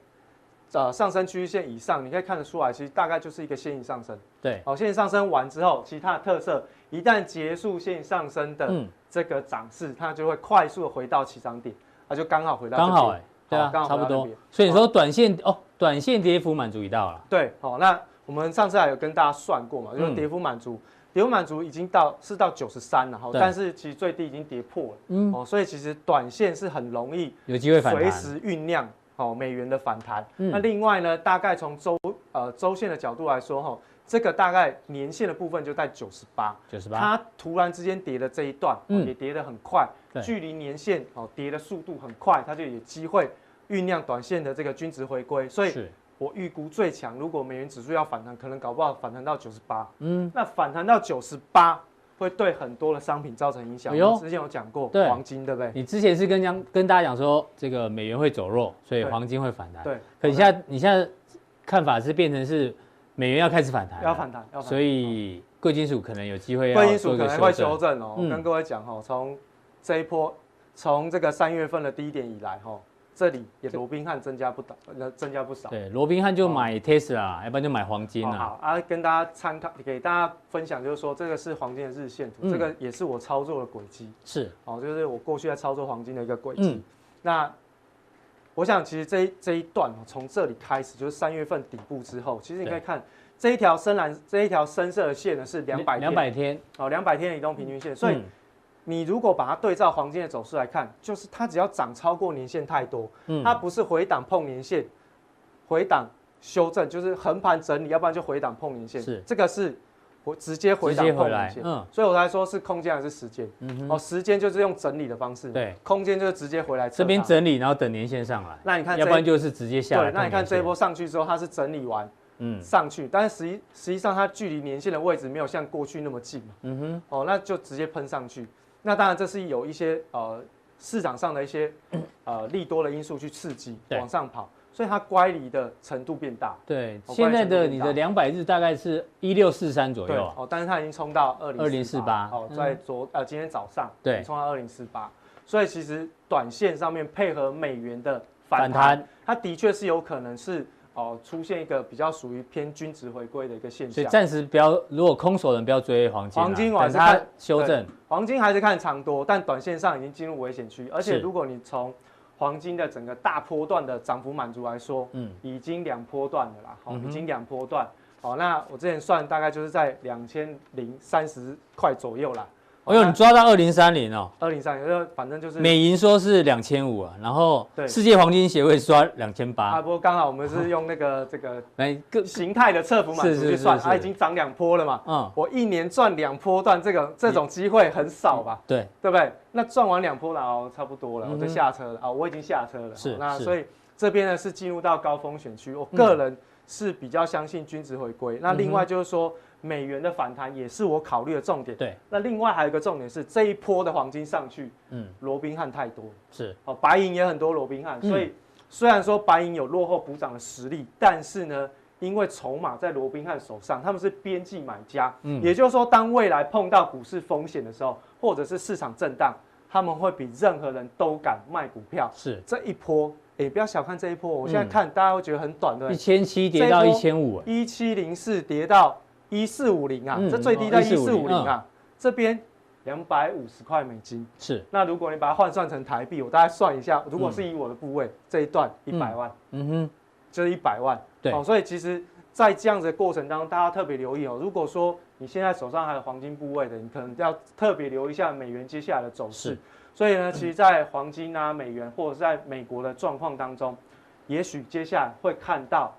呃上升趋势线以上，你可以看得出来，其实大概就是一个线性上升。
对，
好，线性上升完之后，其他的特色一旦结束线性上升的
嗯
这个涨势，它就会快速地回到起涨点，它就刚好回到这
刚好
边
哎，对啊
好刚，好
差
回
不
到
多
这边。
所以你说短线哦，短线跌幅满足一道了，
对，好，那我们上次还有跟大家算过嘛，就是
嗯
跌幅满足，跌幅满足已经到是到九十三了哈，
对
但是其实最低已经跌破了，
嗯
哦，所以其实短线是很容易
有机会反
随
弹，
时酝酿哦美元的反弹。
嗯
那另外呢，大概从周呃周线的角度来说哈、这个大概年线的部分就在九十八，
九十八，
它突然之间跌的这一段、哦
嗯
也跌得很快，
对
距离年线哦跌的速度很快，它就有机会酝酿短线的这个均值回归，所以。
是，
我预估最强，如果美元指数要反弹，可能搞不好反弹到九十八。
嗯，
那反弹到九十八，会对很多的商品造成影响。
哎
我
呦
们之前有讲过
对嗯
黄金，对不对？
你之前是跟讲跟大家讲说，这个美元会走弱，所以
对
黄金会反弹。
对
可你现在你现在看法是变成是美元要开始反弹了，
要反弹，要反弹。
所以贵金属可能有机会
贵
要
金
啊做
属
一
可
个
能会修
修正。
正哦。
嗯
我跟各位讲哦，从这一波，从这个三月份的低点以来哈、哦，这里也罗宾汉增加不少，呃，增加不少。
对，罗宾汉就买 Tesla，要不然就买黄金
哦
啊。
好啊，跟大家参考，给大家分享，就是说这个是黄金的日线图，
嗯
这个也是我操作的轨迹。
是，
哦，就是我过去在操作黄金的一个轨迹。
嗯
那我想，其实这一这一段哦从这里开始，就是三月份底部之后，其实你可以
对
看这一条深蓝这一条深色的线呢是两百
两百天，
哦两百天的移动平均线，所以
嗯
你如果把它对照黄金的走势来看，就是它只要涨超过年线太多，
嗯
它不是回档碰年线，回档修正就是横盘整理，要不然就回档碰年线，
是
这个是回直接回档
直接
碰
回来
五线，
嗯
所以我才说是空间还是时间。
嗯
哦，
哼，
时间就是用整理的方式嘛，
对
空间就是直接回来测
这边
它。
整理，然后等年线上来，
那你看这
要不然就是直接下来。
对，那你看这一波，上去之后，它是整理完
嗯
上去，但是实际实际上它距离年线的位置没有像过去那么近嘛，
嗯哼，
哦，那就直接喷上去。那当然这是有一些呃市场上的 一些呃利多的因素去刺激
对
往上跑，所以它乖离的程度变大。
对，
哦
现在的
关于
你
程度
的两百日大概是一六四三左
对
右啊，
哦，但是它已经冲到二零
2048
哦，
嗯
在昨、呃今天早上
对
已经冲到二零四八，所以其实短线上面配合美元的反
反
弹，
弹，
它的确是有可能是哦出现一个比较属于偏均值回归的一个现
所以
象。
暂时不要，如果空手人不要追黄金啊，
黄金我还
等
是
它
看
修正，
黄金还是看长多，但短线上已经进入危险区，而且
是
如果你从黄金的整个大波段的涨幅满足来说，
嗯，
已经两波段了啦，好、
嗯哼
已经两波段，好、那我之前算大概就是在两千零三十块左右啦。
哎呦，你抓到二零三零哦。
二零三零，反正就是
美银说是两千五啊，然后
对
世界黄金协会刷两千
啊，
八，
不过刚好我们是用那 个这个
来各
形态的侧幅满
是
足
是
去算，啊
是是
它已经涨两波了嘛。
嗯，
我一年赚两波段，这个这种机会很少吧，
对，
对不对？那赚完两波了，哦，差不多了，
嗯哼
我就下车了啊，我已经下车了。
是
好那
是嗯
所以这边呢是进入到高风险区，我哦个人是比较相信均值回归。那另外就是说美元的反弹也是我考虑的重点。
对，
那另外还有一个重点是这一波的黄金上去，
嗯，
罗宾汉太多了。
是，
哦，白银也很多罗宾汉，
嗯
所以虽然说白银有落后补涨的实力，但是呢，因为筹码在罗宾汉手上，他们是边际买家，
嗯
也就是说，当未来碰到股市风险的时候，或者是市场震荡，他们会比任何人都敢卖股票。
是，
这一波，哎、不要小看这一波，我现在
嗯
看、大家会觉得很短，对不
一
对？
千七跌到
这
一
一波
千五，哎
一七零四跌到一四五零啊，
嗯
这最低在
哦
一四五零
1450
啊，这边两百五十块美金。
是，
那如果你把它换算成台币，我大概算一下，如果是以我的部位、这一段一百万，
嗯哼，
就是一百万。哦
对
所以其实，在这样子的过程当中，大家特别留意哦。如果说你现在手上还有黄金部位的，你可能要特别留意一下美元接下来的走势
是。
所以呢，其实，在黄金啊、美元或者是在美国的状况当中，也许接下来会看到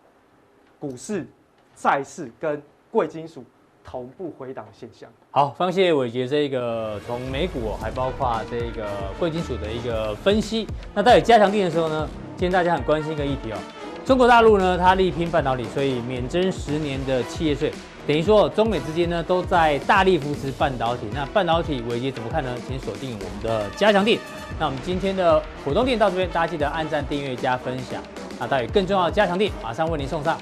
股市、债市跟贵金属同步回档现象。
好，方谢伟杰这个从美股、哦、还包括这个贵金属的一个分析。那到底加强定的时候呢？今天大家很关心一个议题哦，中国大陆呢它力拼半导体，所以免征十年的企业税，等于说、中美之间呢都在大力扶持半导体。那半导体伟杰怎么看呢？请锁定我们的加强定。那我们今天的活动店到这边，大家记得按赞、订阅、加分享。那到底更重要的加强定，马上为您送上。